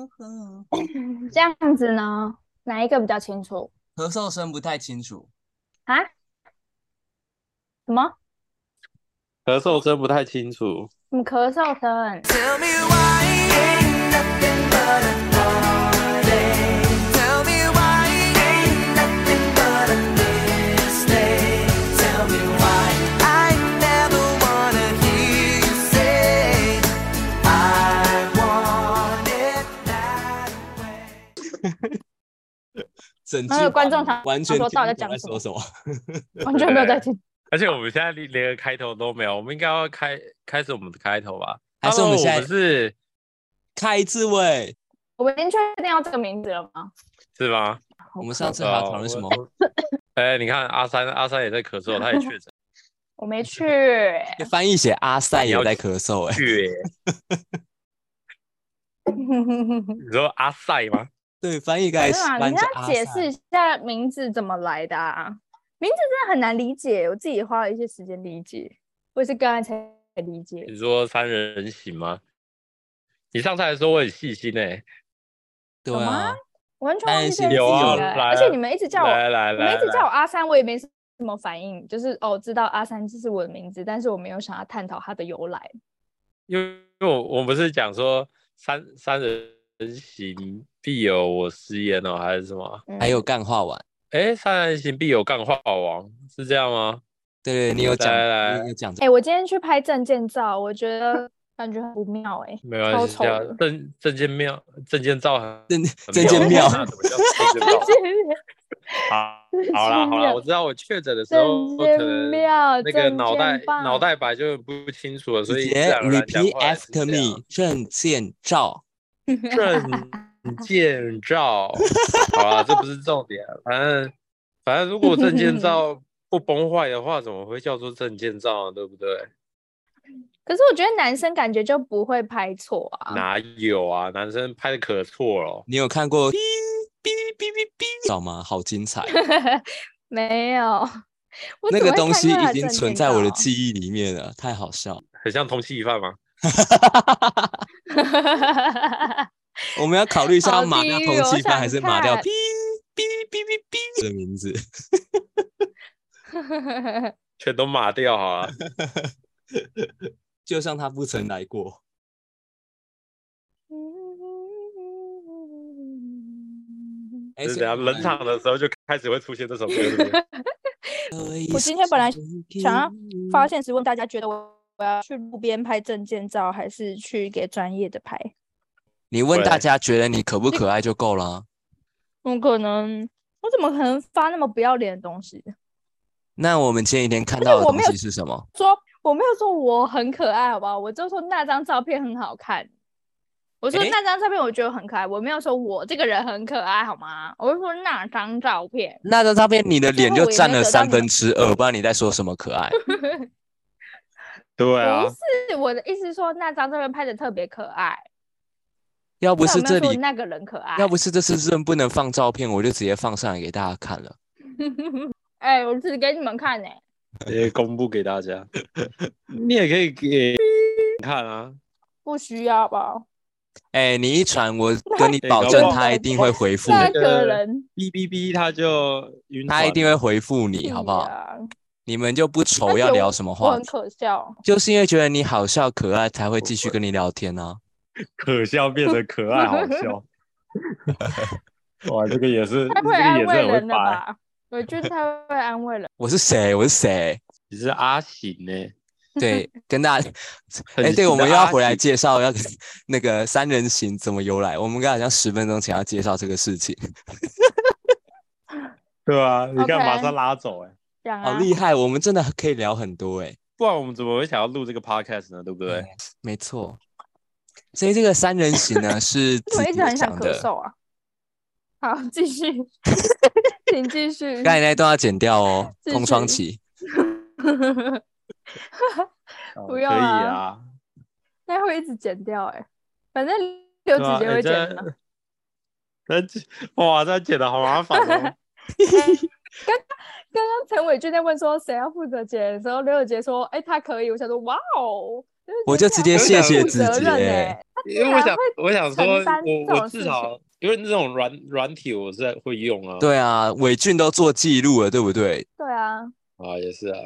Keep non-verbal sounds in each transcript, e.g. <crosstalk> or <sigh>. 嗯，这样子呢，哪一个比较清楚咳嗽声不太清楚，啊？什么？咳嗽声不太清楚，什么咳嗽声？ <laughs> Tell me why it ain't nothing but a party. Tell me why it ain't nothing but a mistake. Tell me why I never wanna hear you say I want it that way. 整那个句观话众想完全说听到底不懂在在讲说什么。完全没有在听。而且我们现在连个开头都没有，我们应该要开开始我们的开头吧？还是我 Hello，们现我在们是开一次喂，我们已经确定要这个名字了吗？是吗？我们上次还要讨论什么？哎、你看阿三，阿三也在咳嗽，他也确 <laughs> 诊。我没 <laughs> 去。翻译写阿塞你也要在咳嗽哎、去，你说阿塞吗？对，翻译没该有啊，翻你译跟成他阿解塞释一下名字怎么来的啊？名字真的很难理解，我自己也花了一些时间理解，我也是刚才才理解。你说三人行吗？你上次还说我很细心呢、对有啊吗，完全忘记这但是件事有啊情了来而且你们一直叫我，来来你们来一直叫来，我阿三，我也没什么反应，就是哦，知道阿三这是我的名字，但是我没有想要探讨它的由来。因为因为我我们是讲说三三人行必有我师焉哦，还是什么？嗯还有干话完，哎、三人行必有干话王，是这样吗？对对，你有讲，来来来你有讲这哎、我今天去拍证件照，我觉得感觉很不妙哎、嗯没关系，超丑这样的证证件庙证件照很证很证件妙庙，那怎么叫证件庙 <laughs> 好，好啦证件好啦，庙我知道我确诊的时候证可件能庙，那个证脑袋件棒脑袋白就不清楚了，所直以自接然而然讲 repeat 话也是 after 这样 me，证件照，证件照，好啦，这不是重点，反正反正如果证件照不崩坏的话，怎么会叫做证件照呢？对不对？可是我觉得男生感觉就不会拍错啊。哪有啊，男生拍的可错了。哦你有看过哔哔哔哔哔照吗？好精彩，没有，我那怎个么会东看西过他已的经证存件在我的照 <laughs> 记忆里面了，太好笑了。很像通缉犯吗？我们要考虑一下好要码掉地狱通我缉犯想还是码掉看哔哔哔哔哔的名字。全都码掉好了。就像他不曾来过。哎就是等下啊冷场的时候就开始会出现这首歌。对不对我今天本来想要发现实问大家，觉得我我要去路边拍证件照，还是去给专业的拍？你问大喂家觉得你可不可爱就够了啊。我可能，我怎么可能发那么不要脸的东西？那我们前几天看而且到的我东没有西是什么？说我没有说我很可爱，好不好？我就说那张照片很好看。我说诶那张照片我觉得很可爱，我没有说我这个人很可爱，好吗？我是说那张照片，那张照片你的最脸后就我也占没有了得到三你分之二，不然你在说什么可爱？ <laughs> 对啊不，是我的意思是说那张照片拍的特别可爱，要不但是我没这有说里，那个人可爱。要不是这次真不能放照片，我就直接放上来给大家看了。哎、我只给你们看呢、直接公布给大家。你也可以给看啊，不需要吧？哎，你一传，我跟你对保哎搞证不好他一定会回复那你，个人哔哔哔，他就晕船他一定会回复你，屁好不好？啊你们就不他愁觉要得聊我什么我话很题，可笑，就是因为觉得你好笑可爱，才会继续跟你聊天啊。可笑变得可爱好笑。哇，这个也是，他这会个安也是慰很会欸人的掰。吧？我觉得他会安慰人。我是谁？我是 <laughs> 谁？你是阿欸行呢、对，跟大家，很哎，对，新我的们要阿回来信介绍要 <laughs> 那个三人行怎么由来。我们刚好像十分钟前要介绍这个事情，对啊，你看 OK 马上拉走哎、讲好啊，厉害，我们真的可以聊很多哎。不然我们怎么会想要录这个 podcast 呢？对不对？没错，所以这个三人行 <laughs> 呢是自我一己直很想讲咳的，嗽啊。好，继续， <laughs> 请继续。 <laughs> 刚才那段要剪掉 <laughs> 哦，自空窗己期。哦不用可以啊啊，那会一直剪掉哎、反正刘对直啊接哎会剪这的。 <laughs> 那这哇，这剪的好麻烦哦。刚刚陈伟俊在问说谁要负责剪的时候，刘友杰说：“哎、他可以。”我想说：“哇哦，我就直接真的谢谢很自负责己任欸欸因为我想，我想说，承担这我种我事至情少因为那种软软体我是会用啊，对啊，伟俊都做记录了，对不对？对啊，啊也是啊，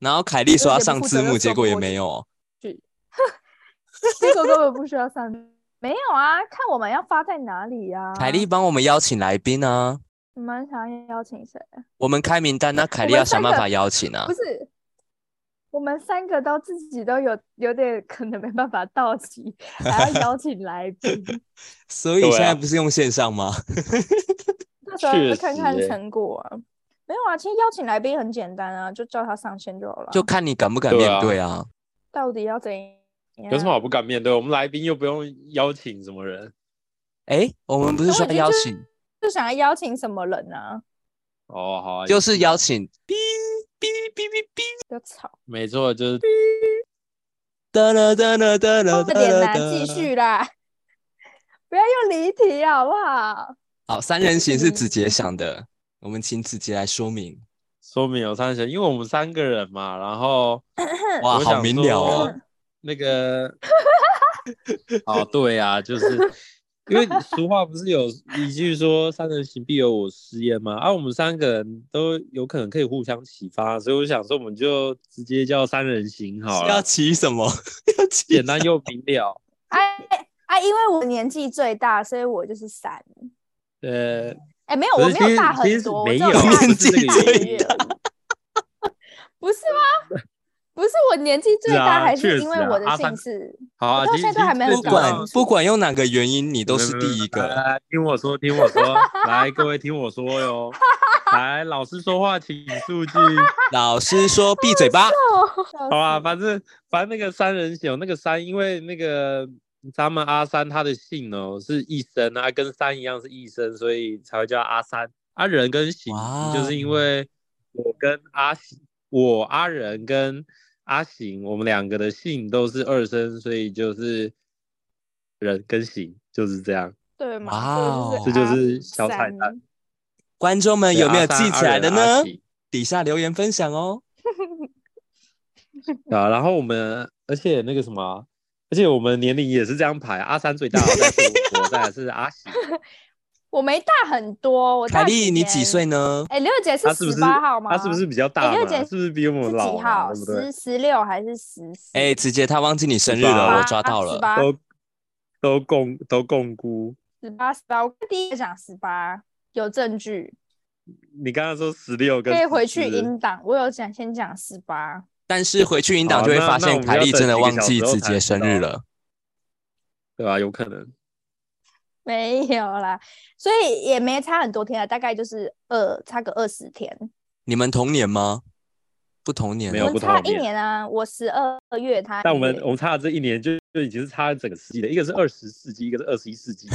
然后凯莉说要就是也上不负责字任幕，说结果不也过没去有。结果根本不需要上。没有啊，看我们要发在哪里呀、啊？凯莉，帮我们邀请来宾啊，你们想要邀请谁？我们开名单，那凯我莉们要想三办个法邀请啊不。是，我们三个都自己都有有点可能没办法到齐，还要邀请来宾，所以对现在啊不是用线上吗？到时候确看实看欸成果啊。没有啊，其实邀请来宾很简单啊，就叫他上线就好了。就看你敢不敢对面啊对啊。到底要怎样？有啊什么好不敢面对？我们来宾又不用邀请什么人哎、我们不是我说已经邀就是请，就想要邀请什么人啊？哦，好啊，就也是啊邀请。哔哔哔哔哔，就吵，没错，就是得了得了得了这得点了难，得继了。续啦， <laughs> 不要又离题好啊不好？好，三人行是你子杰想的，我们请子杰来说明。说明有三神，因为我们三个人嘛，然后嗯哇，我好想明了哦说。那 <laughs> 个，哦，对啊，就是 <laughs> 因为俗话不是有一句说“三人行必有我师焉”吗？啊，我们三个人都有可能可以互相启发，所以我想说，我们就直接叫三人行好啊是了要，骑什么？ <laughs> 要骑简单又明了。哎哎，因为我年纪最大，所以我就是三。呃，哎，没有，不我是没其有实大其很实多，我没只有有大不几是这个个月而已不是吗？不是我年纪最是大，啊还确是因实为啊我的阿姓三氏？好啊，我到其实现在都还没有不其实最想早到管不管用哪个原因，你都是第一来个。来来听我说，听我说，来，各位听我说 <laughs> 哟。来，老师说话请数据。老师说闭嘴巴，好好啊，反正反正那个三人行，那个三，因为那个咱们阿三他的姓哦是一生啊，跟三一样是一生，所以才会叫阿三。阿人跟行哇就是因为我跟阿行，我阿仁跟阿行，我们两个的姓都是二声，所以就是人跟行就是这样。对嘛？哇所以哦这就阿是小彩蛋三。观众们对有没有阿三记起阿来的仁阿呢？行底下留言分享哦。对啊，然后我们，而且那个什么，啊而且我们年龄也是这样排，阿三最大，但是我再来是 <laughs> 阿喜，我没大很多，我凯大莉，你几年岁？呢？哎，六姐他是不十是八号吗？他是不是比较大哎六嘛？姐是不是比我是们老几嘛？号？对不对十？十六还是十四？啊哎，子杰，他忘记你生日了， 18我抓到十了。八，都都共都共估，十八，十八。我第一个讲十八，有证据，你刚刚说十六跟可以回去14引导。我有讲，先讲十八。但是回去引导好就会那发那我现们凯要莉等真的几个忘小记时后自才己的知生日道了。对吧、有可能没有啦，所以也没差很多天啊，大概就是二差个二十天，你们同年吗？不同年，哦没我有们不差同一年年啊，我十二月，他但我们我们差了这一年就就已经是差了整个世纪了，一个是二十世纪，一个是二十一 <laughs> 世纪，你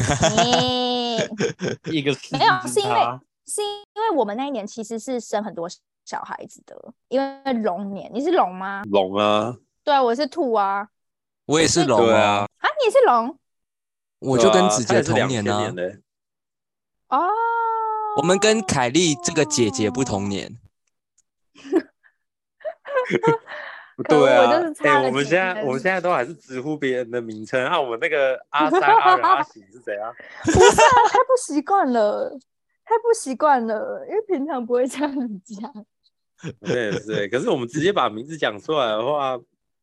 一个世纪没有是因为差是因为我们那一年其实是生很多小孩子的，因为龙年，你是龙吗？龙啊，对啊，我是兔啊，我也是龙对啊，啊，啊，你也是龙我就跟对啊子他也杰是同2000年年啊。的哦，我们跟凯莉这个姐姐不同年， <laughs> 不可对恶我啊，就是差了我们几现在我分们现在都还是直呼别人的名称，啊，我们那个 <laughs> 阿三、阿仁、阿喜是怎样？不是啊，太不习惯了，太不习惯了，因为平常不会这样子讲，对对，可是我们直接把名字讲出来的话，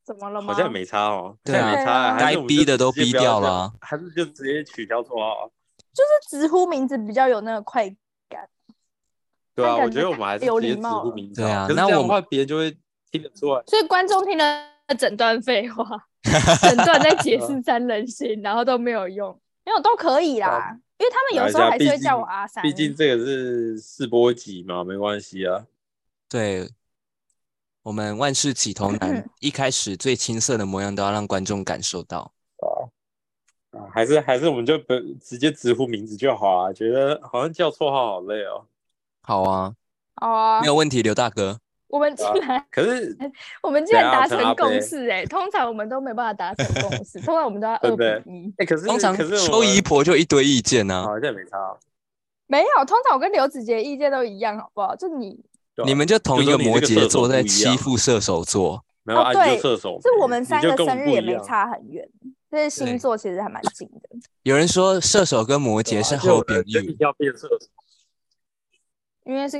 怎么了吗？好像没差哦，对啊好像没差啊，还该是我们就逼的都直接逼不要掉这了样啊，还是就直接取消绰号啊？就是直呼名字比较有那个快感。对啊，感我觉觉得我们还是有直接礼直貌呼了名字对啊好，可是那这样我的话别人就会听得出来。所以观众听了整段 <laughs> 废话，整段在解释三人行，然后都没有用，没有都可以啦啊，因为他们有时候还是会叫我阿三。毕竟这个是试播集嘛，没关系啊。对，我们万事起头 <clears throat> 难，一开始最青涩的模样都要让观众感受到。啊还是还是我们就不直接直呼名字就好啊，觉得好像叫绰号好累哦。好啊，好啊没，有问题，刘大哥。我们竟 <laughs> 然可是 <laughs> 我们竟然达等一成下我趁阿伯共识哎，通常我们都没办法达成共识，通常我们都 <laughs> 要对不对二比一。哎、可是通常可是我邱们姨婆就一堆意见呢、好像也没差啊，没有，通常我跟刘子杰意见都一样，好不好？就你对啊你们就同一就个说你摩这个射羯手座不在一欺样负射手座，没有哦啊，你对就射手，是我们你三就个跟我生们日不也一没样。差很远，所以星对座其实还蛮近的。啊有人说射手跟摩羯是后好朋友，要变射手。因为是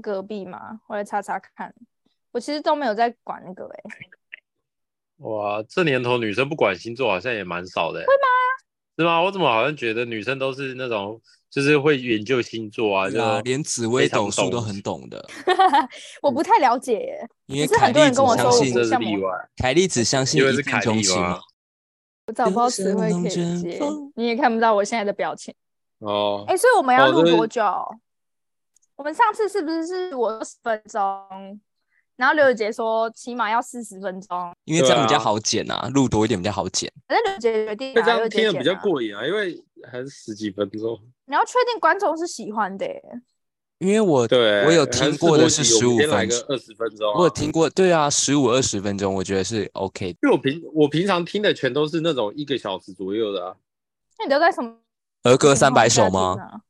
隔壁嘛，我来查查看。我其实都没有在管那个哎、哇，这年头女生不管星座好像也蛮少的、会吗？是吗？我怎么好像觉得女生都是那种就是会研究星座啊，对就啊，连紫微斗数都非很常懂懂的，我嗯不太了解耶、因为可是凯很莉多人只跟我相说我信不这是像例摩外。凯莉只相信因为一是见凯莉钟情吗嘛，我找不到人词生汇能可以征接服，你也看不到我现在的表情。哦哎、，所以我们哦要录这是多久？我们上次是不是是我十分钟？然后刘姐姐说起码要四十分钟，因为这样对啊比较好剪啊，录多一点比较好剪。反正刘姐姐决定、那啊，这刘样姐听姐的比较嘛。过瘾啊，因为还是十几分钟。你要确定观众是喜欢的耶、因为我对，我有听过的是还是十五我们先来分个钟，二十分钟啊、我有听过，对啊，十五二十分钟，我觉得是 OK 的。因为我平我平常听的全都是那种一个小时左右的啊，那你都在什么儿歌情三况百首下吗听？啊？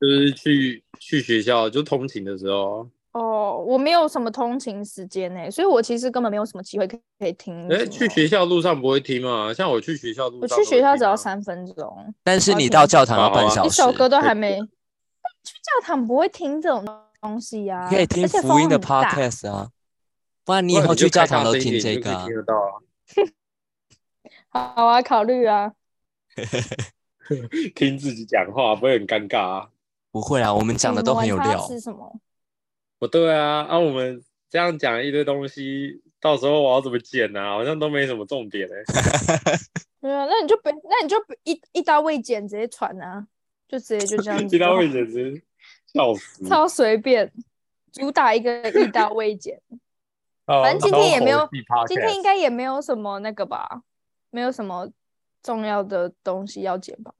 就是去去学校就通勤的时候啊。哦，我没有什么通勤时间呢、所以我其实根本没有什么机会可以可以听。哎、去学，校路上不会听吗？像我去学校路我上去都会学听啊，校只要三分钟，但是好你听到教堂要好半啊小一时，首歌都还对没。去教堂不会听这种东西呀、你可以听而且福音风的很大 podcast 啊，不然你以不然你后就去教开堂大都声一听点这你个就可以啊听。得到啊。好啊，考虑啊。 <laughs> 听自己讲话不会很尴尬啊？不会啊，我们讲的你都们很晚有餐要料。吃什么？不对啊，啊，我们这样讲一堆东西，到时候我要怎么剪啊？好像都没什么重点哎、对啊，那你就别，那你就别一一刀未剪直接传啊，就直接就这样 <laughs> 子。其他位简直笑死。超随便，主打一个一刀未 <laughs> 剪。好反正今天也没有，超猴戏今天 podcast 应该也没有什么那个吧，没有什么重要的东西要剪吧？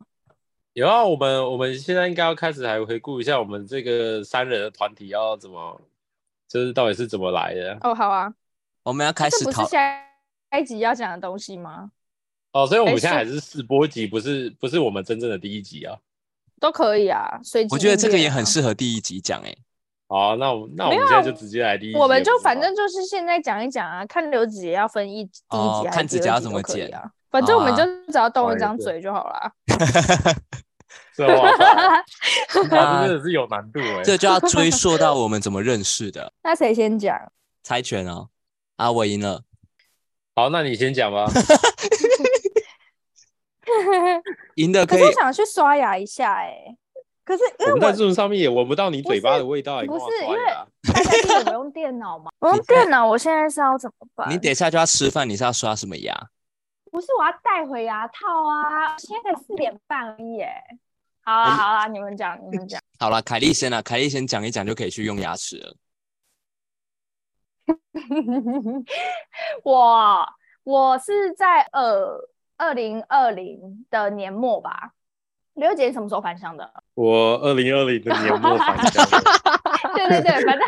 有啊，我们我们现在应该要开始来回顾一下我们这个三人的团体要怎么，就是到底是怎么来的哦，好啊，我们要开这始不是讨，下一集要讲的东西吗？哦。所以我们哎现在是还是试播集，不是不是我们真正的第一集啊。都可以啊，随机、我觉得这个也很。适啊合第一集讲欸诶、好，那我们那我没有们啊现在就直接来第一集了。我们就不是吗反正就是现在讲一讲啊，看刘子也要分一第一哦集还是看第自己要二怎集么都可以剪啊，反正我们好就啊只要动哦好一也张是嘴就好啦。这哇塞， <laughs> 那那真的是有难度哎、这就要追溯到我们怎么认识的， <laughs> 那谁先讲？ <laughs> 猜拳哦。啊，我赢了，好，那你先讲吧。赢的可可以是我想去刷牙一下哎、可 <laughs> 是因我为们我在 Zoom 上面也闻不到你嘴巴的味道，不是你干嘛刷牙啊大家记得我用电脑嘛，我用电脑，我现在是要怎么办？你等一下就要吃饭，你是要刷什么牙？不是我要带回牙套啊，现在才四点半而已耶。好啦好啦，你们讲你们讲， <laughs> 好了，凯莉先啦，凯莉先讲一讲就可以去用牙齿了。我我是在呃二零二零的年末吧。刘姐你什么时候返乡的？我二零二零的年末返乡 <laughs> 了，对对对，反正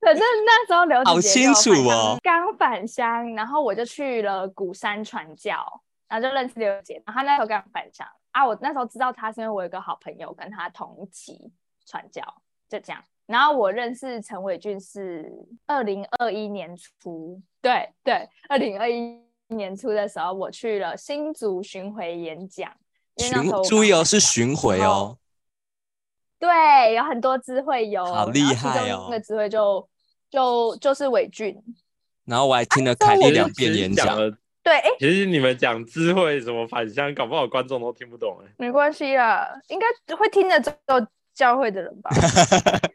反正那时候刘姐好姐就清楚返乡哦刚返乡，然后我就去了鼓山传教，然后就认识刘姐，然后她那时候刚返乡啊，我那时候知道她是因为我有一个好朋友跟她同期传教，就这样。然后我认识陈伟俊是二零二一年初，对对，二零二一年初的时候，我去了新竹巡回演讲，因为那巡时候我，注意刚哦，返是乡巡回哦。对，有很多智慧油，好然后厉其害中哦一个智慧就就就是伟俊，然后我还听啊了凯其莉实两遍其实演讲讲，了。对，哎，其实你们讲智慧什么返乡，搞不好观众都听不懂哎、没关系啦，应该会听得到教会的 <laughs> 人吧？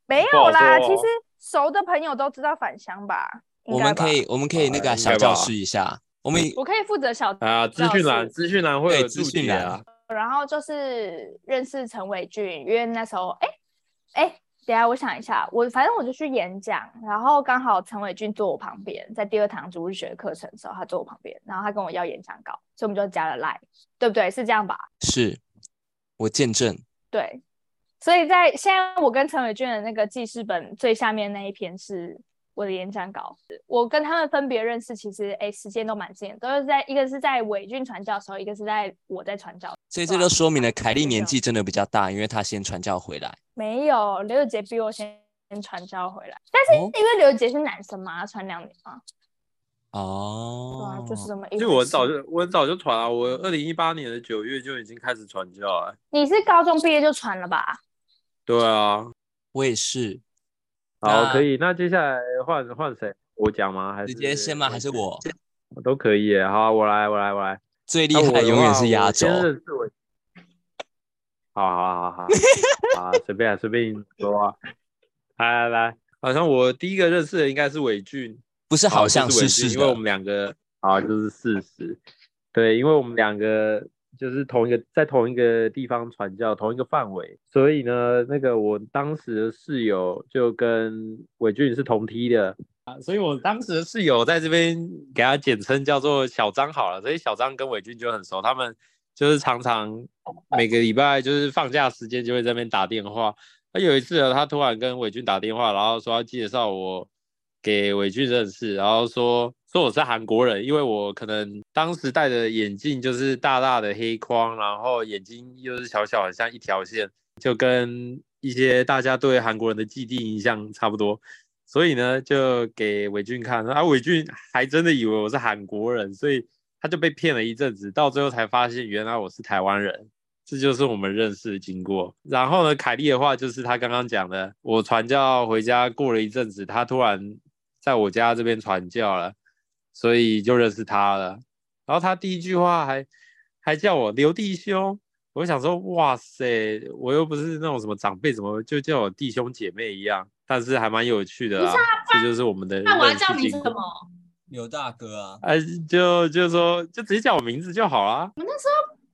没不有好啦，说其哦实熟的朋友都知道返乡吧？应我该们吧可以，我们可以那个啊应小该教吧室一下，我们我可以负责小啊，资讯栏资讯栏会有对哎资注讯解栏啊。然后就是认识陈伟俊，因为那时候，哎哎，等一下我想一下，我反正我就去演讲，然后刚好陈伟俊坐我旁边，在第二堂主日学课程的时候，他坐我旁边，然后他跟我要演讲稿，所以我们就加了 line，对不对？是这样吧？是，我见证。对，所以在现在我跟陈伟俊的那个记事本最下面那一篇是我的演讲稿。我跟他们分别认识，其实哎时间都蛮近的，都是在一个是在伟俊传教的时候，一个是在我在传教的时候。所以这就说明了凯莉是年的纪真的比较大，因为她先传教回来。没有，刘姐比我先传教回来，但是哦因为刘姐是男生嘛，她传两年嘛，对啊哦，，就是这么一回事。其实我很早就我很早就传啊，我二零一八年的九月就已经开始传教了。哎你是高中毕业就传了吧？对啊，我也是。好，可以。那接下来换换谁？我讲吗？还是直接先哦吗？还是我都可以耶。好啊，我来，我来，我来。最厉那我害的永远话啊是压我轴先？认识我好好好好好啊，随便啊随便你说啊。来来来，好像我第一个认识的应该是伟俊，不是好就像伟是俊是因为我的，们两个啊就是事实，对，因为我们两个就是同一个在同一个地方传教，同一个范围，所以呢，那个我当时的室友就跟伟俊是同梯的。啊，所以我当时的室友在这边给他简称叫做小张好了，所以小张跟伟俊就很熟，他们就是常常每个礼拜就是放假时间就会在那边打电话。那有一次呢，他突然跟伟俊打电话，然后说要介绍我给伟俊认识，然后说说我是韩国人，因为我可能当时戴的眼镜就是大大的黑框，然后眼睛又是小小，很像一条线，就跟一些大家对韩国人的既定印象差不多。所以呢，就给伟俊看，啊，伟俊还真的以为我是韩国人，所以他就被骗了一阵子，到最后才发现原来我是台湾人。这就是我们认识的经过。然后呢，凯莉的话就是她刚刚讲的，我传教回家过了一阵子，她突然在我家这边传教了，所以就认识她了。然后她第一句话还还叫我刘弟兄，我想说哇塞，我又不是那种什么长辈，怎么就叫我弟兄姐妹一样？但是还蛮有趣的不啦是啊，这就是我们的认识那我经过。要叫你什么？刘大哥啊，哎，就就说就直接叫我名字就好啦。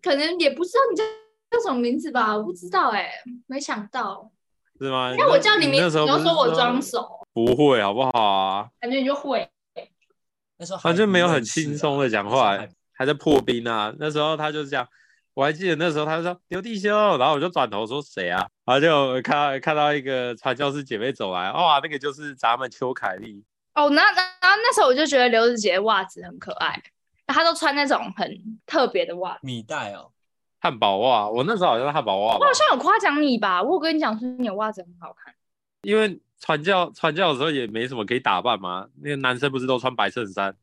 可能也不知道你叫叫什么名字吧，我不知道哎、没想到。是吗？那我叫你名那字，时候你要不是说我装熟，不会好不好啊？感觉你就会。那时候反正没有很轻松的讲话、欸还在破冰啊。那时候他就这样，我还记得那时候他就说刘弟兄，然后我就转头说谁啊？然后就看到看到一个传教士姐妹走来，哇，那个就是咱们邱凯丽。哦，那那那那时候我就觉得刘子杰的袜子很可爱，她都穿那种很特别的袜子。米袋哦，汉堡袜，我那时候好像是汉堡袜吧我好，像有夸奖你吧？我有跟你讲说你的袜子很好看。因为传教传教的时候也没什么可以打扮嘛，那个男生不是都穿白衬衫，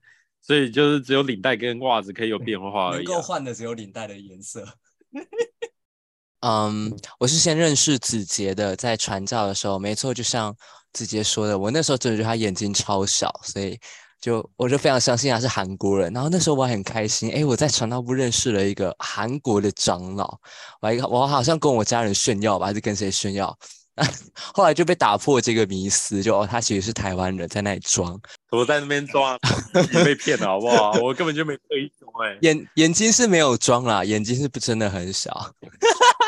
所以就是只有领带跟袜子可以有变化而已啊、换的只有领带的颜色。嗯，我是先认识子杰的，在传教的时候，没错，就像子杰说的，我那时候真的觉得他眼睛超小，所以就我就非常相信他是韩国人。然后那时候我还很开心，诶，我在传道部认识了一个韩国的长老，我还我好像跟我家人炫耀吧，还是跟谁炫耀？ <laughs> 后来就被打破这个迷思，就哦，他其实是台湾人，在那里装。我在那边装，自己被骗了好不好？我根本就没刻意装哎、 <laughs> 眼眼睛是没有装啦，眼睛是不真的很小。 <laughs>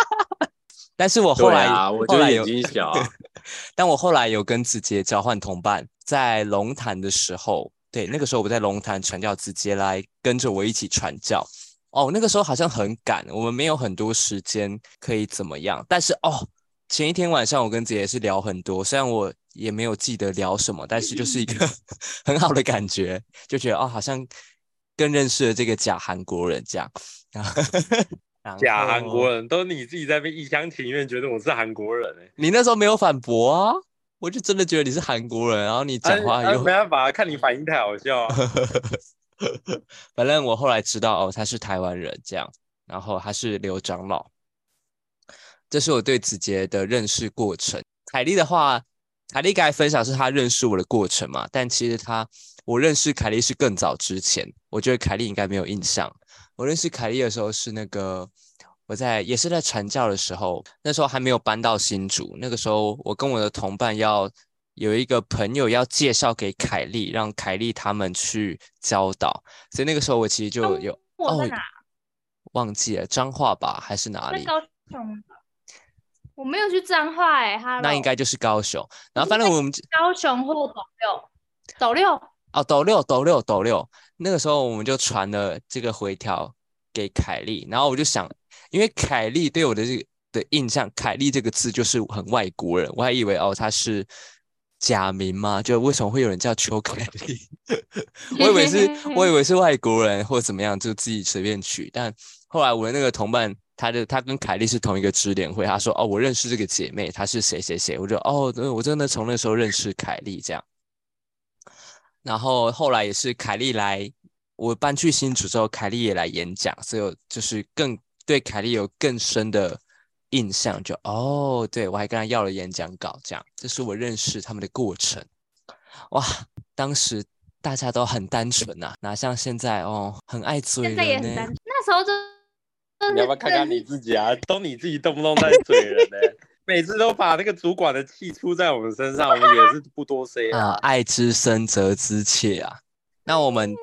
但是我后对来，啊，我后就来是眼有，睛小啊，但我后来有跟子杰交换同伴，在龙潭的时候，对，那个时候我在龙潭传教，子杰来跟着我一起传教。哦，那个时候好像很赶，我们没有很多时间可以怎么样，但是哦，前一天晚上我跟子杰是聊很多，虽然我也没有记得聊什么，但是就是一个 <laughs> 很好的感觉，就觉得哦，好像更认识了这个假韩国人这样。 <laughs> 然后然 <laughs> 假韩后国人都你自己在那边一厢情愿，觉得我是韩国人哎、你那时候没有反驳啊，我就真的觉得你是韩国人，然后你讲话啊又没办法，看你反应太好 <laughs> 笑、啊。 <laughs> 反正我后来知道哦，他是台湾人这样，然后他是刘长老，这是我对子杰的认识过程。凯莉的话，凯莉刚才分享是她认识我的过程嘛，但其实她我认识凯莉是更早之前，我觉得凯莉应该没有印象。我认识凯莉的时候是那个我在也是在传教的时候，那时候还没有搬到新竹，那个时候我跟我的同伴要有一个朋友要介绍给凯莉，让凯莉他们去教导，所以那个时候我其实就有哦我在哪？忘记了彰化吧还是哪在里？高雄吧。我没有去彰化哎、哈。那应该就是高雄。然后是反正在我们就高雄或斗六，斗六哦，抖六抖六抖六，那个时候我们就传了这个回调给凯莉，然后我就想，因为凯莉对我的这个的印象，凯莉这个字就是很外国人，我还以为哦他是假名嘛，就为什么会有人叫邱凯莉？ <laughs> 我以为是我以为是外国人或怎么样，就自己随便取。但后来我的那个同伴，他的他跟凯莉是同一个支联会，他说哦，我认识这个姐妹，她是谁谁谁，我就哦，对我真的从那时候认识凯莉这样。然后后来也是凯莉来，我搬去新竹之后，凯莉也来演讲，所以我就是更对凯莉有更深的印象，就哦，对我还跟她要了演讲稿，这样，这是我认识他们的过程。哇，当时大家都很单纯呐、哪像现在哦，很爱嘴现在也人很呢单纯那时候就你要不要看看你自己啊？都你自己动不动在嘴人呢、每次都把那个主管的气出在我们身上，我们也是不多 say 啊。啊，爱之深责之切啊。那我嗯们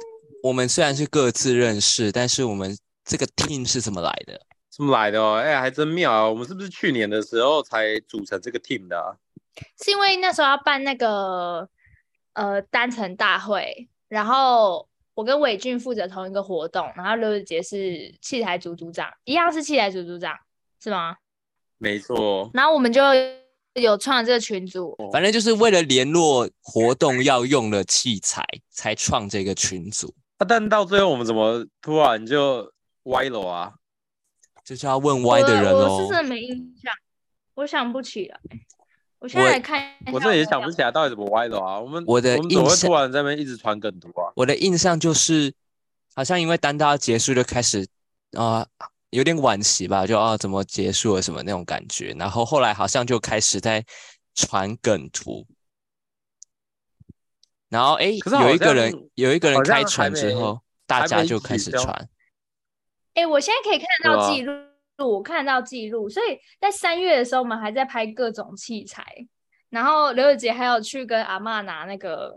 我们虽然是各自认识，但是我们这个 team 是怎么来的？这么来的哦，哎、还真妙啊！我们是不是去年的时候才组成这个 team 的、啊？是因为那时候要办那个呃单程大会，然后我跟伟俊负责同一个活动，然后刘子杰是器材组组长，一样是器材组组长是吗？没错，然后我们就有创了这个群组，反正就是为了联络活动要用的器材，才创这个群组，啊、但到最后我们怎么突然就歪了啊？就是要问歪的人哦我我喽是。真的没印象，我想不起来。我现我在来看一下我这也想的不起来到底怎么歪了啊！我们我的我们怎么会印象突然在那边一直传梗图啊？我的印象就是，好像因为单刀结束就开始啊、呃有点惋惜吧，就啊怎么结束了什么那种感觉。然后后来好像就开始在传梗图，然后诶，可是好有一个像人有一个人好像开船之还没后，大还家没就取开始消传。哎、我现在可以看对到啊记录，我看到记录，所以在三月的时候，我们还在拍各种器材，然后刘姐姐还有去跟阿嬷拿那 <laughs> 个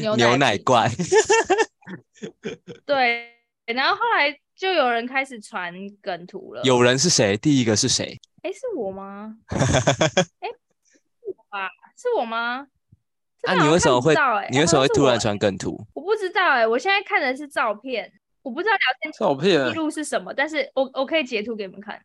牛牛啊牛奶瓶， <laughs> 罐，对，然后后来就有人开始传梗图了，有人是谁？第一个是谁？哎、是 <laughs> 我吗？哎、是我吧？是我吗？这啊，边你好像为什看么不会到欸你为什么会突然？好像是我欸传梗图？我不知道哎、我现在看的是照片，我不知道聊天照片记录是什么，但是我我可以截图给你们看。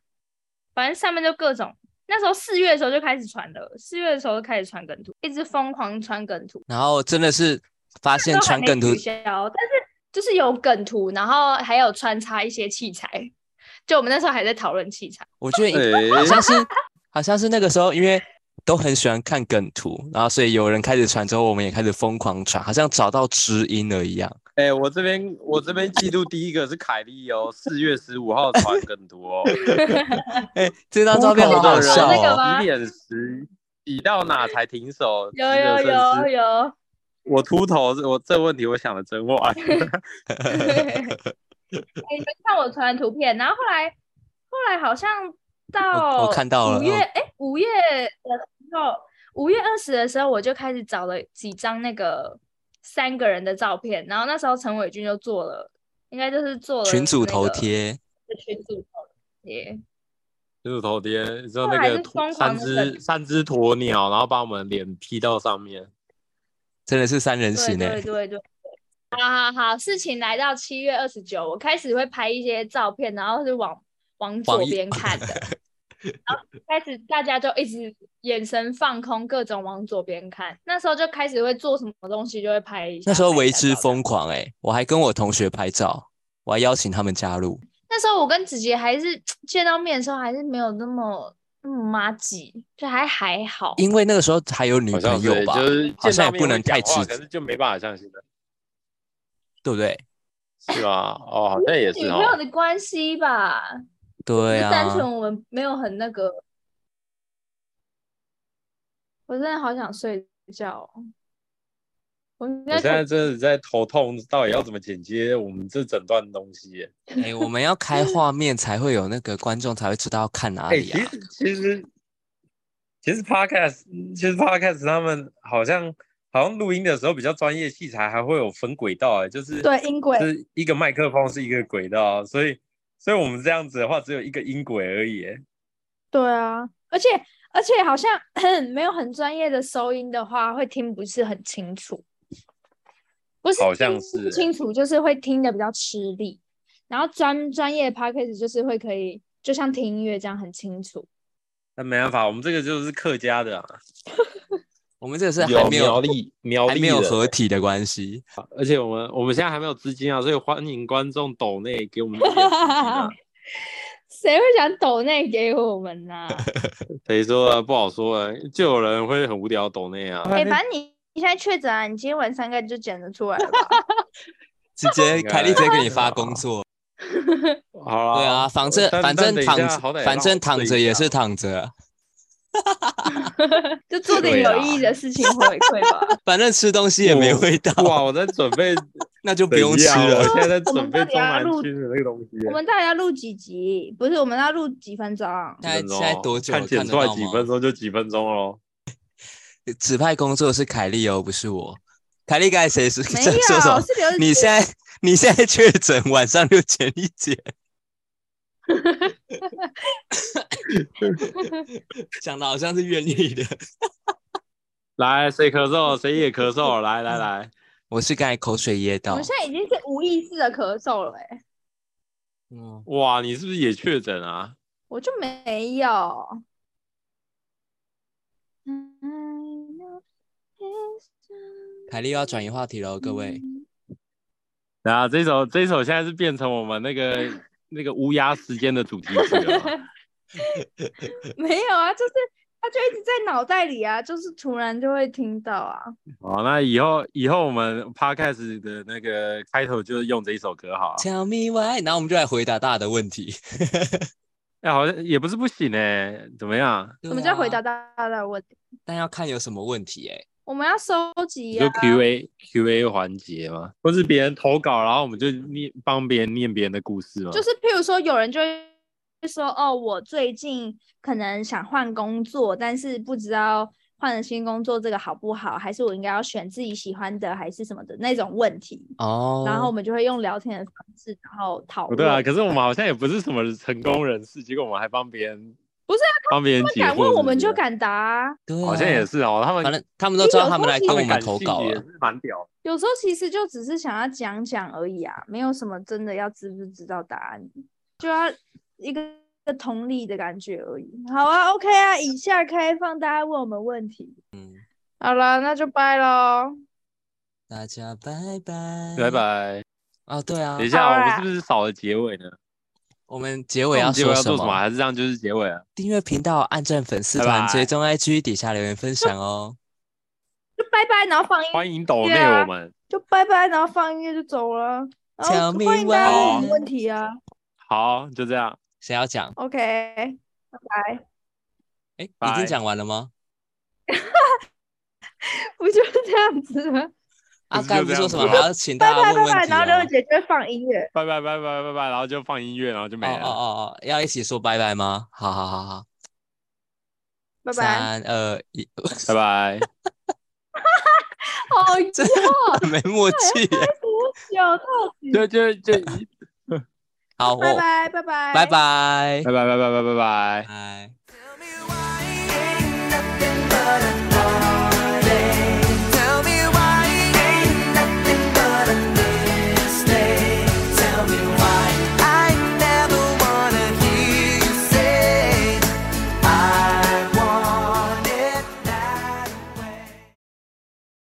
反正上面就各种，那时候四月的时候就开始传了，四月的时候就开始传梗图，一直疯狂传梗图，然后真的是发现都还传没梗图取消，但是就是有梗图，然后还有穿插一些器材，就我们那时候还在讨论器材，我觉得应对好像是好像是那个时候，因为都很喜欢看梗图，然后所以有人开始传之后，我们也开始疯狂传，好像找到知音了一样。哎、我这边我这边记录第一个是凯莉哦，四月十五号传梗图 <laughs> 哦，哎、这张照片好好笑疯狂地传那个哦！吗几点十几到哪才停手？有急有得深思有有，我秃头，我这问题我想的真 <laughs> 晚。哎你们看我传的图片，然后后来后来好像到我看到了五月嗯哎五、月的时候，五月二十的时候我就开始找了几张那个三个人的照片，然后那时候陈伟军就做了，应该就是做了群主那头个贴，群主头贴，就是头贴，你知道后那来个是鸵疯狂三地只整三只鸵鸟，然后把我们脸 P 到上面。真的是三人对行哎、 <laughs> 对对对。好好好，事情来到七月二十九，我开始会拍一些照片，然后是往往左往一边看的， <laughs> 开始大家就一直眼神放空，各种往左边看。那时候就开始会做什么东西，就会拍一下。那时候拍一为下之照这样疯。狂哎、我还跟我同学拍照，我还邀请他们加入。那时候我跟子杰还是见到面的时候，还是没有那么那么妈挤，就还还好。因为那个时候还有女好像朋是友吧，就是好见像到也不面能会讲太话，直可是就没办法相信的，对不对？是吧？哦，好像也女是朋友哦。的关系吧，对就单纯啊，我们没有很那个。我真的好想睡觉哦。我应我该现可在以真的在头痛，到底要怎么剪接我们这整段东西耶？哎、我们要开画面才会有那个观众才会知道要看哪哎、里其啊。实其实其实 podcast 其实 podcast 他们好像好像录音的时候比较专业器材还会有分轨道、哎，就是对音轨就是一个麦克风是一个轨道，啊所以所以我们这样子的话只有一个音轨而已、哎对啊，而且而且好像 <coughs> 没有很专业的收音的话，会听不是很清楚，不是好像听是不欸清楚，就是会听的比较吃力。然后专专业 p o d c a s t 就是会可以，就像听音乐这样很清楚。那没办法，我们这个就是客家的、啊，我们这个是还没苗有栗苗还栗没有人合体的关系。而且我们我们现在还没有资金啊，所以欢迎观众抖内给我们一点资金 <laughs> 啊。谁会想抖内给我 <laughs> 们呢、啊？谁说啊？不好说啊，就有人会很无聊抖内啊。哎、反正你你现在确诊啊，你今天晚上应该就剪得出来了吧？直接 <laughs> 应该凯莉直接给你发工作。好啦，对啊，反正但反但正等一躺下着好歹也反让正我躺睡着一也下是躺着，就做点对啊有啦意义的事情回馈 <laughs> 吧。反正吃东西也没我味道，哇，我在准 <laughs> 备那就不不用吃我了。现在在我们准备到底中要南录区的那个东西耶。我们到底要录几集？不是，我们要录几分钟？现在现在多久了看剪看得出来到几吗？分钟就几分钟喽。指派工作是凯莉哦，不是我。凯莉该谁是没在说什有，么？是刘子你现在你现在确诊，晚上就剪一剪。 <laughs> 讲的好像是愿意的。来，谁咳嗽谁也咳嗽，来来来，我是刚才口水噎我到们。现在已经是无意识的咳嗽了、欸，哎，嗯，哇，你是不是也确诊啊？我就没有。I know it's time 凯莉又要转移话题了，哦各位。然后啊这首这首现在是变成我们那个那个乌鸦时间的主题曲了啊吗。 <laughs> 没有啊，就是他就一直在脑袋里啊，就是突然就会听到啊。好，哦那以后以后我们 podcast 的那个开头就是用这一首歌好了。 Tell me why，然后我们就来回答大家的问题。哎、好像也不是不行哎、怎么样？我们就要回答对啊，大家的问题，但要看有什么问题哎、我们要收集就啊。 Q A Q A 环节吗？或是别人投稿，然后我们就念帮别人念别人的故事吗？就是譬如说，有人就会说：“哦，我最近可能想换工作，但是不知道换了新工作这个好不好，还是我应该要选自己喜欢的，还是什么的那种问题。哦然后我们就会用聊天的方式，然后讨不论。对啊，可是我们好像也不是什么成功人士，结果我们还帮别人不是啊，帮别人他解敢惑问是我不们是就敢答啊、对、好像也，是哦，他们反正他们都知道他们来跟他我们们感投兴稿趣也了。是蛮屌的。有时候其实就只是想要讲讲而已啊，没有什么真的要知不知道答案，就要一个一个同理的感觉而已。好啊，OK 啊，以下开放大家问我们问题。嗯，好了，那就拜喽。大家拜拜，拜。拜。哦，对啊等一，下，嗯好我们啦是不是少了结尾呢？我们结我尾们要结尾说要什做什么？么？还是这样就是结尾啊？订阅频道、按赞粉丝拜团、拜追踪 IG，底下留言分享哦。就拜拜，然后放音，欢迎抖内对啊我们。就拜拜，然后放音乐就走了。然后 Tell me 欢迎大家问我们 why 问题啊。好，就这样。谁要讲？ OK，拜 <laughs> 拜。哎，已拜经讲完了吗？不就是这样子吗？啊，不是刚才就不是这说什么样子还吗要请拜大家问拜拜问拜，题然后六哦？姐就会放音乐。拜拜拜拜拜拜，然后就放音乐，然后就没哦了。哦哦哦，要一起说拜拜吗？好好好好，拜拜。三二一， <laughs> 拜拜。好久真的没默契耶。到底？就就就好，我拜拜拜拜哦拜拜，拜拜拜拜拜拜拜拜。拜。